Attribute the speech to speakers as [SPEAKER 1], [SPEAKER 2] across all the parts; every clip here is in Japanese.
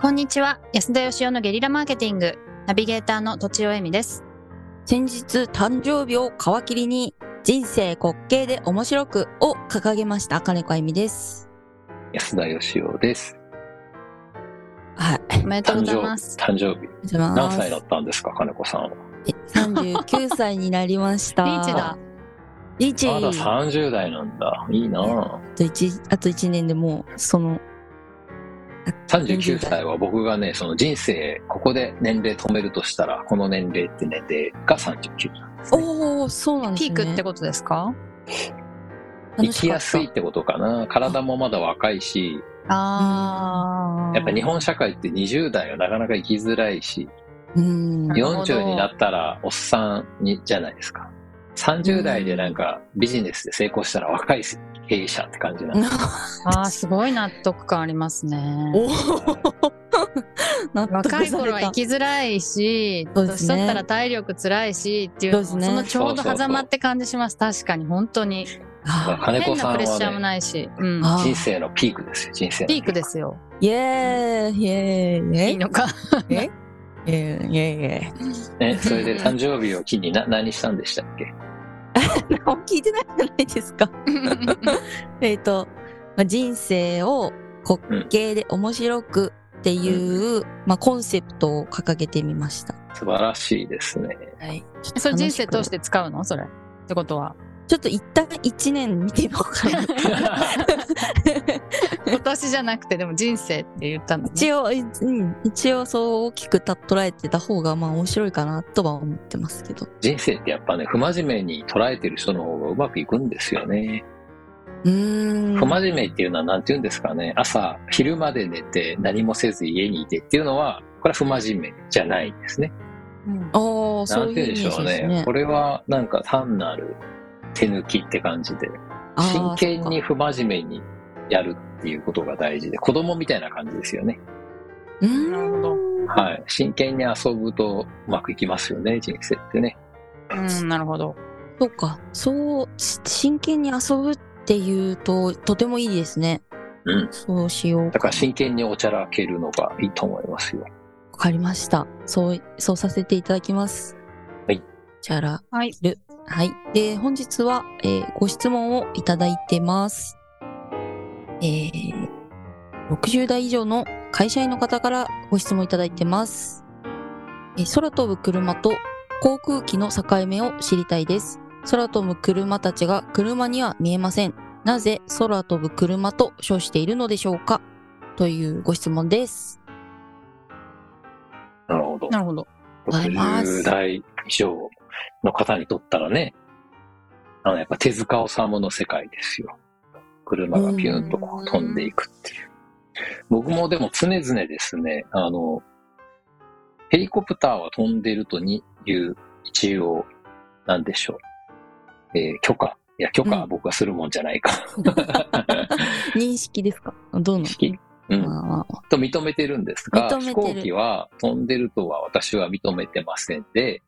[SPEAKER 1] こんにちは安田義雄のゲリラマーケティングナビゲーターの土地尾恵美です
[SPEAKER 2] 先日誕生日を皮切りに人生滑稽で面白くを掲げました金子あゆみです。
[SPEAKER 3] 安田義雄です。
[SPEAKER 2] はい。
[SPEAKER 1] おめでとう
[SPEAKER 3] 誕
[SPEAKER 1] ござい
[SPEAKER 3] 生
[SPEAKER 1] ます
[SPEAKER 3] 誕生日。
[SPEAKER 2] おはようご
[SPEAKER 3] 何
[SPEAKER 2] ざい
[SPEAKER 3] 歳
[SPEAKER 2] ま
[SPEAKER 3] だったんですか、金子さんは。
[SPEAKER 2] す。え39歳になりました。
[SPEAKER 1] リーチだ。
[SPEAKER 2] リーチ
[SPEAKER 3] まだ30代なんだ。いいなぁ。
[SPEAKER 2] あと1、あと一年でもう、その、
[SPEAKER 3] 39歳は僕がね、その人生、ここで年齢止めるとしたら、この年齢って年齢が39なんです、ね。
[SPEAKER 2] おおそうなんです
[SPEAKER 1] ピ
[SPEAKER 2] ね。
[SPEAKER 1] ークってことですか
[SPEAKER 2] 楽しかった
[SPEAKER 3] 生きやすいってことかな。体もまだ若いし、
[SPEAKER 1] あー
[SPEAKER 3] やっぱ日本社会って20代はなかなか生きづらいし、
[SPEAKER 2] うん。
[SPEAKER 1] なるほど
[SPEAKER 3] 40になったらおっさんにじゃないですか。30代でなんかビジネスで成功したら若い経営者って感じなんで
[SPEAKER 1] あーすごい納得感ありますね
[SPEAKER 2] おー納得さ
[SPEAKER 1] 若
[SPEAKER 2] れ
[SPEAKER 1] い
[SPEAKER 2] た
[SPEAKER 1] 頃は生きづらいし、
[SPEAKER 2] そうで
[SPEAKER 1] 年
[SPEAKER 2] すね
[SPEAKER 1] 取ったら体力つらいしっていうの
[SPEAKER 2] そ
[SPEAKER 1] そう
[SPEAKER 2] ですね
[SPEAKER 1] のちょうど狭間って感じします確かに本当に
[SPEAKER 2] あ
[SPEAKER 3] 金子
[SPEAKER 1] 変
[SPEAKER 3] さ
[SPEAKER 1] なんプレッシャー
[SPEAKER 3] は
[SPEAKER 1] も
[SPEAKER 3] ね、
[SPEAKER 1] ないし、うん、
[SPEAKER 2] あー
[SPEAKER 3] 人生のピークですよ、人生の
[SPEAKER 1] ピークですよ
[SPEAKER 2] イエーイイエーイ
[SPEAKER 1] いいの か
[SPEAKER 2] イエーイイエーイイエ
[SPEAKER 3] ね、それで誕生日を機にな何したんでしたっけ
[SPEAKER 2] ーイ聞いてないじゃないですか。えっ、と、まあ、人生を滑稽で面白くっていう、まあ、コンセプトを掲げてみました。
[SPEAKER 3] 素晴らしいで すね。
[SPEAKER 2] はい。
[SPEAKER 1] それ人生通して使うのそれってことは
[SPEAKER 2] ちょっと一旦一年見てみようか な。
[SPEAKER 1] 今年じゃなくてでも人生って言ったの、ね、
[SPEAKER 2] 一応、うん、一応そう大きくた捉えてた方が、まあ面白いかなとは思ってますけど。
[SPEAKER 3] 人生ってやっぱね、不真面目に捉えてる人の方がうまくいくんですよね。
[SPEAKER 2] うーん。
[SPEAKER 3] 不真面目っていうのは何て言うんですかね、朝、昼まで寝て何もせず家にいてっていうのは、これは不真面目じゃないんですね。
[SPEAKER 1] うん
[SPEAKER 2] おー、
[SPEAKER 3] な
[SPEAKER 2] そうんい
[SPEAKER 3] て
[SPEAKER 2] う
[SPEAKER 3] 言
[SPEAKER 2] イ
[SPEAKER 3] う
[SPEAKER 2] メージ
[SPEAKER 3] んでし
[SPEAKER 2] です
[SPEAKER 3] ょうね。
[SPEAKER 2] ね
[SPEAKER 3] こ。れはなんか単なる手抜きって感じで、
[SPEAKER 2] あー
[SPEAKER 3] 真剣に
[SPEAKER 2] そっか
[SPEAKER 3] 不真面目にやるっていうことが大事で、子供みたいな感じですよね。
[SPEAKER 2] うーん。
[SPEAKER 1] なるほど
[SPEAKER 3] はい。真剣に遊ぶとうまくいきますよね、人生ってね。
[SPEAKER 1] うんなるほど
[SPEAKER 2] そうか。そう、し真剣に遊ぶっていうと、とてもいいですね。
[SPEAKER 3] うん。
[SPEAKER 2] そうしよう
[SPEAKER 3] だから真剣におちゃらけるのがいいと思いますよ。
[SPEAKER 2] わかりました。そう、そうさせていただきます。
[SPEAKER 3] はい。
[SPEAKER 2] じゃあら、
[SPEAKER 1] はい
[SPEAKER 2] はい。で、本日は、えーご質問をいただいてます。えー、60代以上の会社員の方からご質問いただいてます。えー空飛ぶ車と航空機の境目を知りたいです。空飛ぶ車たちが車には見えません。なぜ空飛ぶ車と称しているのでしょうかというご質問です。
[SPEAKER 3] なるほど
[SPEAKER 1] な。るほど
[SPEAKER 2] ほどありがとうございます
[SPEAKER 3] 60代以上の方にとったらね、あの、やっぱ手塚治虫の世界ですよ。車がピューンとこう飛んでいくっていう。僕もでも常々ですね、あの、ヘリコプターは飛んでるとにいう、一応、なんでしょう。えー許可。いや、許可は僕はするもんじゃないか。
[SPEAKER 2] 認識ですかどうなの
[SPEAKER 3] 式うん。
[SPEAKER 2] まあ
[SPEAKER 3] と認めてるんですが、
[SPEAKER 2] 認めて
[SPEAKER 3] 飛
[SPEAKER 2] る
[SPEAKER 3] 行機は飛んでるとは私は認めてませんで、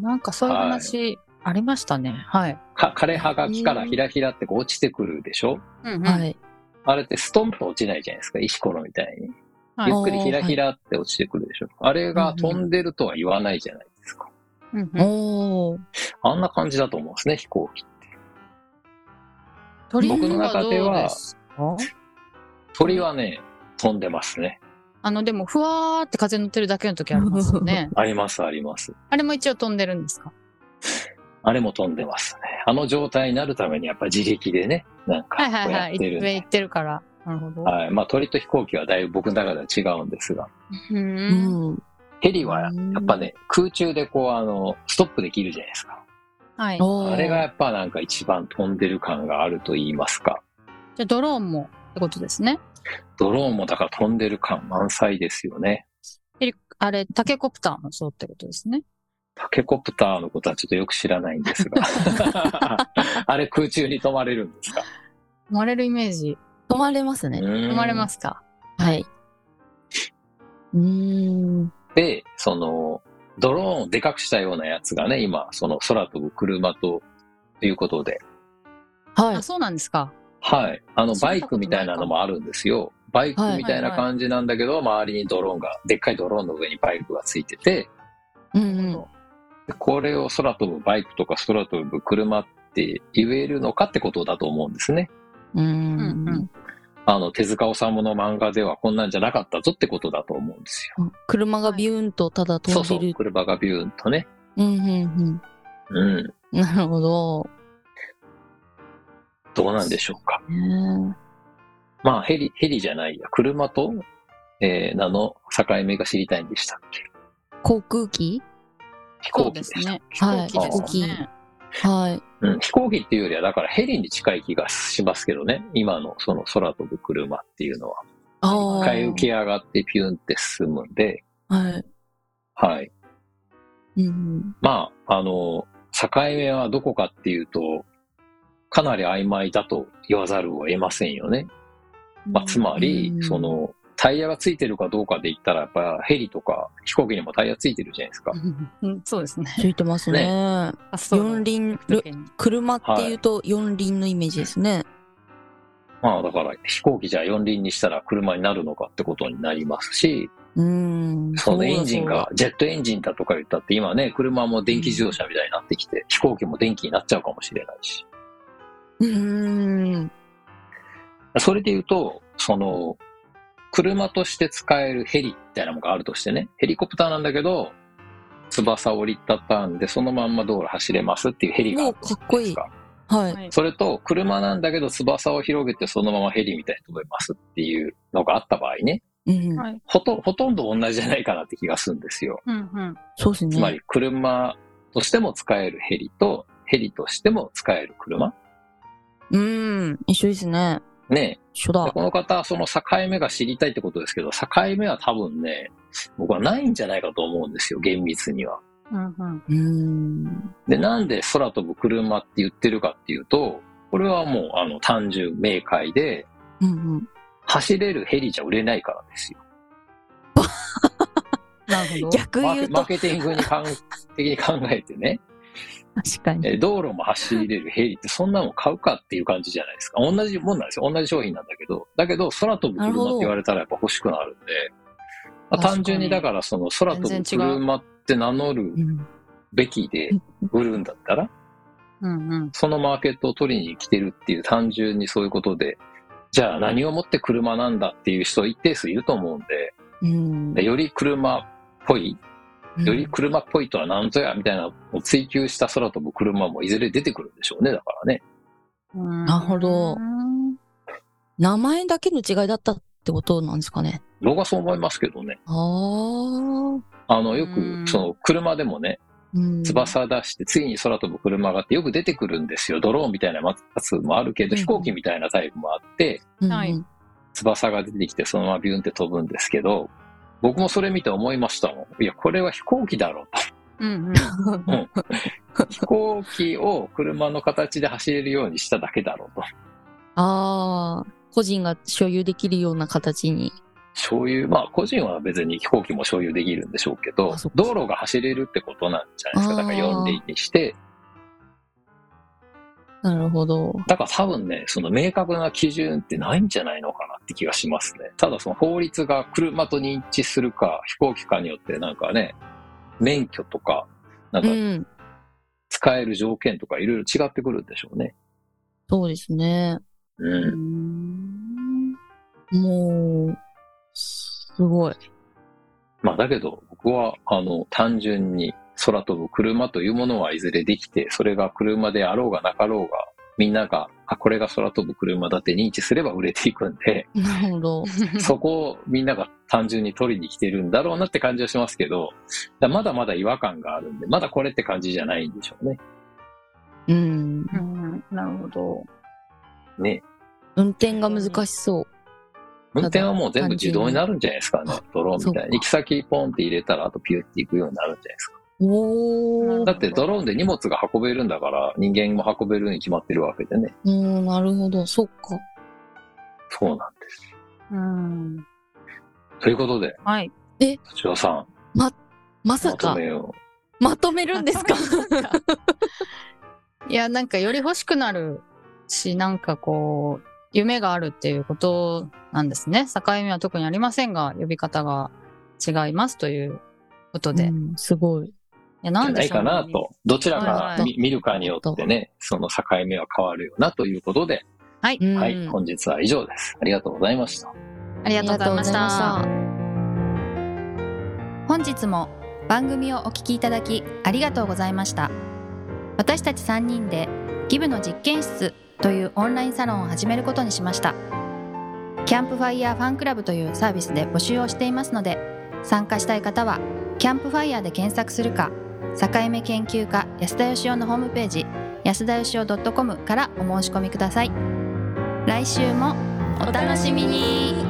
[SPEAKER 1] なんかそういう話ありましたねはい、
[SPEAKER 3] か枯れ葉が木からひらひらってこう落ちてくるでしょ、
[SPEAKER 1] うんうん
[SPEAKER 2] はい。
[SPEAKER 3] あれってストンと落ちないじゃないですか、石ころみたいに。
[SPEAKER 1] はい
[SPEAKER 3] ゆっくりひらひらって落ちてくるでしょ、あれが飛んでるとは言わないじゃないですか。
[SPEAKER 1] うんうん
[SPEAKER 2] おー。
[SPEAKER 3] あんな感じだと思うんですね、飛行機。
[SPEAKER 1] 鳥
[SPEAKER 3] 僕の
[SPEAKER 1] とか
[SPEAKER 3] 中で
[SPEAKER 1] どう
[SPEAKER 3] は
[SPEAKER 1] ですか
[SPEAKER 3] 鳥はね、飛んでますね。
[SPEAKER 1] あのでもふわーって風に乗ってるだけの時ありますよ ね
[SPEAKER 3] あります、あります。
[SPEAKER 1] あれも一応飛んでるんですか
[SPEAKER 3] あれも飛んでますね。あの状態になるためにやっぱ自力でね、なんかこ
[SPEAKER 1] はいうはい
[SPEAKER 3] や
[SPEAKER 1] は
[SPEAKER 3] っ
[SPEAKER 1] い
[SPEAKER 3] てるん
[SPEAKER 1] 上
[SPEAKER 3] で。
[SPEAKER 1] 行ってるからなるほど、
[SPEAKER 3] はい。まあ鳥と飛行機はだいぶ僕の中では違うんですが。
[SPEAKER 1] う
[SPEAKER 2] うんん。
[SPEAKER 3] ヘリはやっぱね、空中でこう、あの、ストップできるじゃないですか。
[SPEAKER 1] はいじ
[SPEAKER 2] おー
[SPEAKER 3] あれがやっぱなんか一番飛んでる感があると言いますか。
[SPEAKER 1] ゃあドローンもってことですね
[SPEAKER 3] ドローンもだから飛んでる感満載ですよね。
[SPEAKER 1] ヘリあれタケコプターもそうってことですね
[SPEAKER 3] タケコプターのことはちょっとよく知らないんです が。 あれ空中に飛ばれるんですか
[SPEAKER 1] 生まれるイメージ
[SPEAKER 2] 止まれますね。
[SPEAKER 1] 生
[SPEAKER 3] 飛。
[SPEAKER 1] まれますすか
[SPEAKER 2] はい。うーん。
[SPEAKER 3] で、その、ドローンをでかくしたようなやつがね、今、その空飛ぶ車と、ということで。
[SPEAKER 2] はい
[SPEAKER 1] あ。そうなんですか
[SPEAKER 3] はい。あの、
[SPEAKER 1] そん
[SPEAKER 3] バ
[SPEAKER 1] な
[SPEAKER 3] イ
[SPEAKER 1] こと
[SPEAKER 3] クみたいなのもあるんですよ。バイクみたいな感じなんだけど、周りにドローンが、でっかいドローンの上にバイクがついてて、
[SPEAKER 2] うんうん。
[SPEAKER 3] でこれを空飛ぶバイクとか空飛ぶ車って言えるのかってことだと思うんですね。
[SPEAKER 2] うん
[SPEAKER 1] うんうん
[SPEAKER 3] あの、手塚治虫の漫画ではこんなんじゃなかったぞってことだと思うんですよ。
[SPEAKER 2] 車がビューンとただ飛
[SPEAKER 3] そ
[SPEAKER 2] ん
[SPEAKER 3] うそ
[SPEAKER 2] で
[SPEAKER 3] う、
[SPEAKER 2] る。
[SPEAKER 3] 車がビューンとね。
[SPEAKER 2] うんうん
[SPEAKER 3] うん。
[SPEAKER 2] うん。なるほど。
[SPEAKER 3] どうなんでしょうか。
[SPEAKER 2] ねえ
[SPEAKER 3] まあ、ヘリ、ヘリじゃないや。車と、えー、なの境目が知りたいんでしたっけ
[SPEAKER 2] 航空機
[SPEAKER 3] 飛
[SPEAKER 1] そ
[SPEAKER 3] 行
[SPEAKER 1] う
[SPEAKER 3] 機
[SPEAKER 1] で
[SPEAKER 3] ですした。
[SPEAKER 1] ね。飛
[SPEAKER 2] はい
[SPEAKER 1] 行機ですね。
[SPEAKER 2] はい。
[SPEAKER 3] うん、飛行機っていうよりは、だからヘリに近い気がしますけどね。今のその空飛ぶ車っていうのは。
[SPEAKER 2] ああ。
[SPEAKER 3] 一回浮き上がってピュンって進むんで、
[SPEAKER 2] はい。
[SPEAKER 3] はい。
[SPEAKER 2] うん
[SPEAKER 3] まあ、あの、境目はどこかっていうと、かなり曖昧だと言わざるを得ませんよね。
[SPEAKER 2] うん。
[SPEAKER 3] まあ、つまり
[SPEAKER 2] う、ん
[SPEAKER 3] そ、の、タイヤがついてるかどうかで言ったら、やっぱヘリとか飛行機にもタイヤついてるじゃないですか。
[SPEAKER 1] うんそうですね。
[SPEAKER 2] ついてますね。
[SPEAKER 1] あ、そ
[SPEAKER 2] 四輪、
[SPEAKER 1] 時
[SPEAKER 2] る
[SPEAKER 1] 計に
[SPEAKER 2] 車っていうと四輪のイメージですね。
[SPEAKER 3] まあ、だから飛行機じゃ四輪にしたら車になるのかってことになりますし、
[SPEAKER 2] うん。
[SPEAKER 3] その
[SPEAKER 2] うだ
[SPEAKER 3] エンジンが。ジェットエンジンだとか言ったって、今ね、車も電気自動車みたいになってきて、飛行機も電気になっちゃうかもしれないし。
[SPEAKER 2] そうだうん。
[SPEAKER 3] それで言うと、その、車として使えるヘリみたいなのがあるとしてね、ヘリコプターなんだけど、翼を折りたたんで、そのまんま道路走れますっていうヘリがあるとするじゃなで
[SPEAKER 2] お
[SPEAKER 3] す
[SPEAKER 2] ーはい。
[SPEAKER 1] はい
[SPEAKER 3] それと、車なんだけど翼を広げてそのままヘリみたいに飛べますっていうのがあった場合ね、
[SPEAKER 2] うん。
[SPEAKER 1] はい。
[SPEAKER 3] ほとほとんど同じじゃないかなって気がするんですよ。
[SPEAKER 1] うんうん。
[SPEAKER 2] そうですね。
[SPEAKER 3] つまり、車としても使えるヘリと、ヘリとしても使える車。
[SPEAKER 2] うん。一緒ですね。
[SPEAKER 3] ね
[SPEAKER 2] 一緒
[SPEAKER 3] えで
[SPEAKER 2] だ。
[SPEAKER 3] この方はその境目が知りたいってことですけど、境目は多分ね、僕はないんじゃないかと思うんですよ、厳密には。
[SPEAKER 1] うんうん。
[SPEAKER 2] うん。
[SPEAKER 3] で、なんで空飛ぶ車って言ってるかっていうと、これはもう、あの、単純明快で、
[SPEAKER 2] うんうん。
[SPEAKER 3] 走れるヘリじゃ売れないからですよ。
[SPEAKER 1] なるほど。
[SPEAKER 2] 逆
[SPEAKER 3] マー
[SPEAKER 2] 言
[SPEAKER 3] ケ
[SPEAKER 2] う
[SPEAKER 3] マー
[SPEAKER 2] と、
[SPEAKER 3] ケティングにかん 的に考えてね、
[SPEAKER 2] 確かに。
[SPEAKER 3] えー道路も走れるヘリってそんなもん買うかっていう感じじゃないですか。同じもんなんですよ。同じ商品なんだけど。だけど、空飛ぶ
[SPEAKER 2] なる
[SPEAKER 3] 車
[SPEAKER 2] ほ
[SPEAKER 3] って
[SPEAKER 2] ど
[SPEAKER 3] 言われたらやっぱ欲しくなるんで、まあ
[SPEAKER 2] 確かに
[SPEAKER 3] 単純にだからその空飛ぶ車って名乗る
[SPEAKER 2] うん。
[SPEAKER 3] べきで売るんだったら、
[SPEAKER 1] うんうん。
[SPEAKER 3] そのマーケットを取りに来てるっていう単純にそういうことで、じゃあ何をもって車なんだっていう人一定数いると思うんで
[SPEAKER 2] うん。
[SPEAKER 3] で、より車っぽい、
[SPEAKER 2] うん
[SPEAKER 3] より車っぽいとは何ぞやみたいなのを追求した空飛ぶ車もいずれ出てくるんでしょうね、だからね。
[SPEAKER 1] な
[SPEAKER 2] るほど名前だけの違いだったってことなんですかね。
[SPEAKER 3] 僕はそう思いますけどね。
[SPEAKER 2] ああ。
[SPEAKER 3] あの、よ
[SPEAKER 1] う
[SPEAKER 3] く、
[SPEAKER 1] ん
[SPEAKER 3] その、車でもね、
[SPEAKER 2] うん。
[SPEAKER 3] 翼出して、ついに空飛ぶ車があって、よく出てくるんですよ。ドローンみたいなやつもあるけ
[SPEAKER 2] う
[SPEAKER 3] ど、
[SPEAKER 2] ん
[SPEAKER 3] 飛行機みたいなタイプもあって、
[SPEAKER 2] うんうん。
[SPEAKER 1] はい
[SPEAKER 3] 翼が出てきて、そのままビュンって飛ぶんですけど、僕もそれ見て思いましたもん。いや、これは飛行機だろう
[SPEAKER 1] うんうん。
[SPEAKER 3] と。飛行機を車の形で走れるようにしただけだろうと。
[SPEAKER 2] ああ。個人が所有できるような形に。
[SPEAKER 3] 所有、まあ、個人は別に飛行機も所有できるんでしょうけど
[SPEAKER 2] あそっ、か
[SPEAKER 3] 道路が走れるってことなんじゃないですか。だから
[SPEAKER 2] あー
[SPEAKER 3] 4輪にして、
[SPEAKER 2] なるほど。
[SPEAKER 3] だから多分ね、その明確な基準ってないんじゃないのかなって気がしますね。ただその法律が車と認知するか飛行機かによってなんかね、免許とか、なん
[SPEAKER 2] う
[SPEAKER 3] か
[SPEAKER 2] ん。
[SPEAKER 3] 使える条件とかいろいろ違ってくるんでしょうね。
[SPEAKER 2] そうですね。
[SPEAKER 3] う。
[SPEAKER 1] うんん
[SPEAKER 2] もう、すごい。
[SPEAKER 3] まあだけど僕はあの単純に空飛ぶ車というものはいずれできて、それが車であろうがなかろうが、みんなが、あ、これが空飛ぶ車だって認知すれば売れていくんで、
[SPEAKER 2] なるほど。
[SPEAKER 3] そこをみんなが単純に取りに来てるんだろうなって感じはしますけど、だまだまだ違和感があるんで、まだこれって感じじゃないんでしょうね。
[SPEAKER 2] うん。
[SPEAKER 1] うんなるほど。
[SPEAKER 3] ね。
[SPEAKER 2] 運転が難しそう。
[SPEAKER 3] 運転はもう全部自動になるんじゃないですかね。ドローン
[SPEAKER 2] そ
[SPEAKER 3] みたいに。
[SPEAKER 2] うか
[SPEAKER 3] 行き先ポンって入れたら、あとピューって行くようになるんじゃないですか。
[SPEAKER 2] お
[SPEAKER 1] な
[SPEAKER 2] お
[SPEAKER 3] だ。ってドローンで荷物が運べるんだから、人間も運べるに決まってるわけでね。
[SPEAKER 2] うん、なるほど。そっか。
[SPEAKER 3] そうなんです。
[SPEAKER 1] うん。
[SPEAKER 3] ということで、
[SPEAKER 1] はい。
[SPEAKER 3] 土ちさん、
[SPEAKER 2] ま
[SPEAKER 3] ま
[SPEAKER 2] さ
[SPEAKER 3] と
[SPEAKER 2] か、
[SPEAKER 3] めを。
[SPEAKER 2] まとめるんですか
[SPEAKER 1] いや、なんかより欲しくなるし、なんかこう、
[SPEAKER 4] 夢があるっていうことなんですね。境目は特にありませんが、呼び方が違いますということで。
[SPEAKER 2] う
[SPEAKER 4] い
[SPEAKER 2] んすごい。
[SPEAKER 4] や、な
[SPEAKER 3] じゃ
[SPEAKER 4] んで
[SPEAKER 3] ない
[SPEAKER 4] しょ
[SPEAKER 3] か
[SPEAKER 4] う、
[SPEAKER 3] なと。どちら
[SPEAKER 4] は
[SPEAKER 3] が
[SPEAKER 4] いはい
[SPEAKER 3] 見見るかによってね、その境目は変わるよなということで、
[SPEAKER 4] はい、
[SPEAKER 2] うん
[SPEAKER 3] はい、本日は以上です。ありがとうございました。
[SPEAKER 4] ありがとうございまし
[SPEAKER 2] ありがとうございましたた。
[SPEAKER 4] 本日も番組をお聞きいただきありがとうございました私たち3人でギブの実験室というオンラインサロンを始めることにしましたキャンプファイヤーファンクラブというサービスで募集をしていますので参加したい方はキャンプファイヤーで検索するか境目研究家安田義雄のホームページ安田義雄 .com からお申し込みください来週もお楽しみに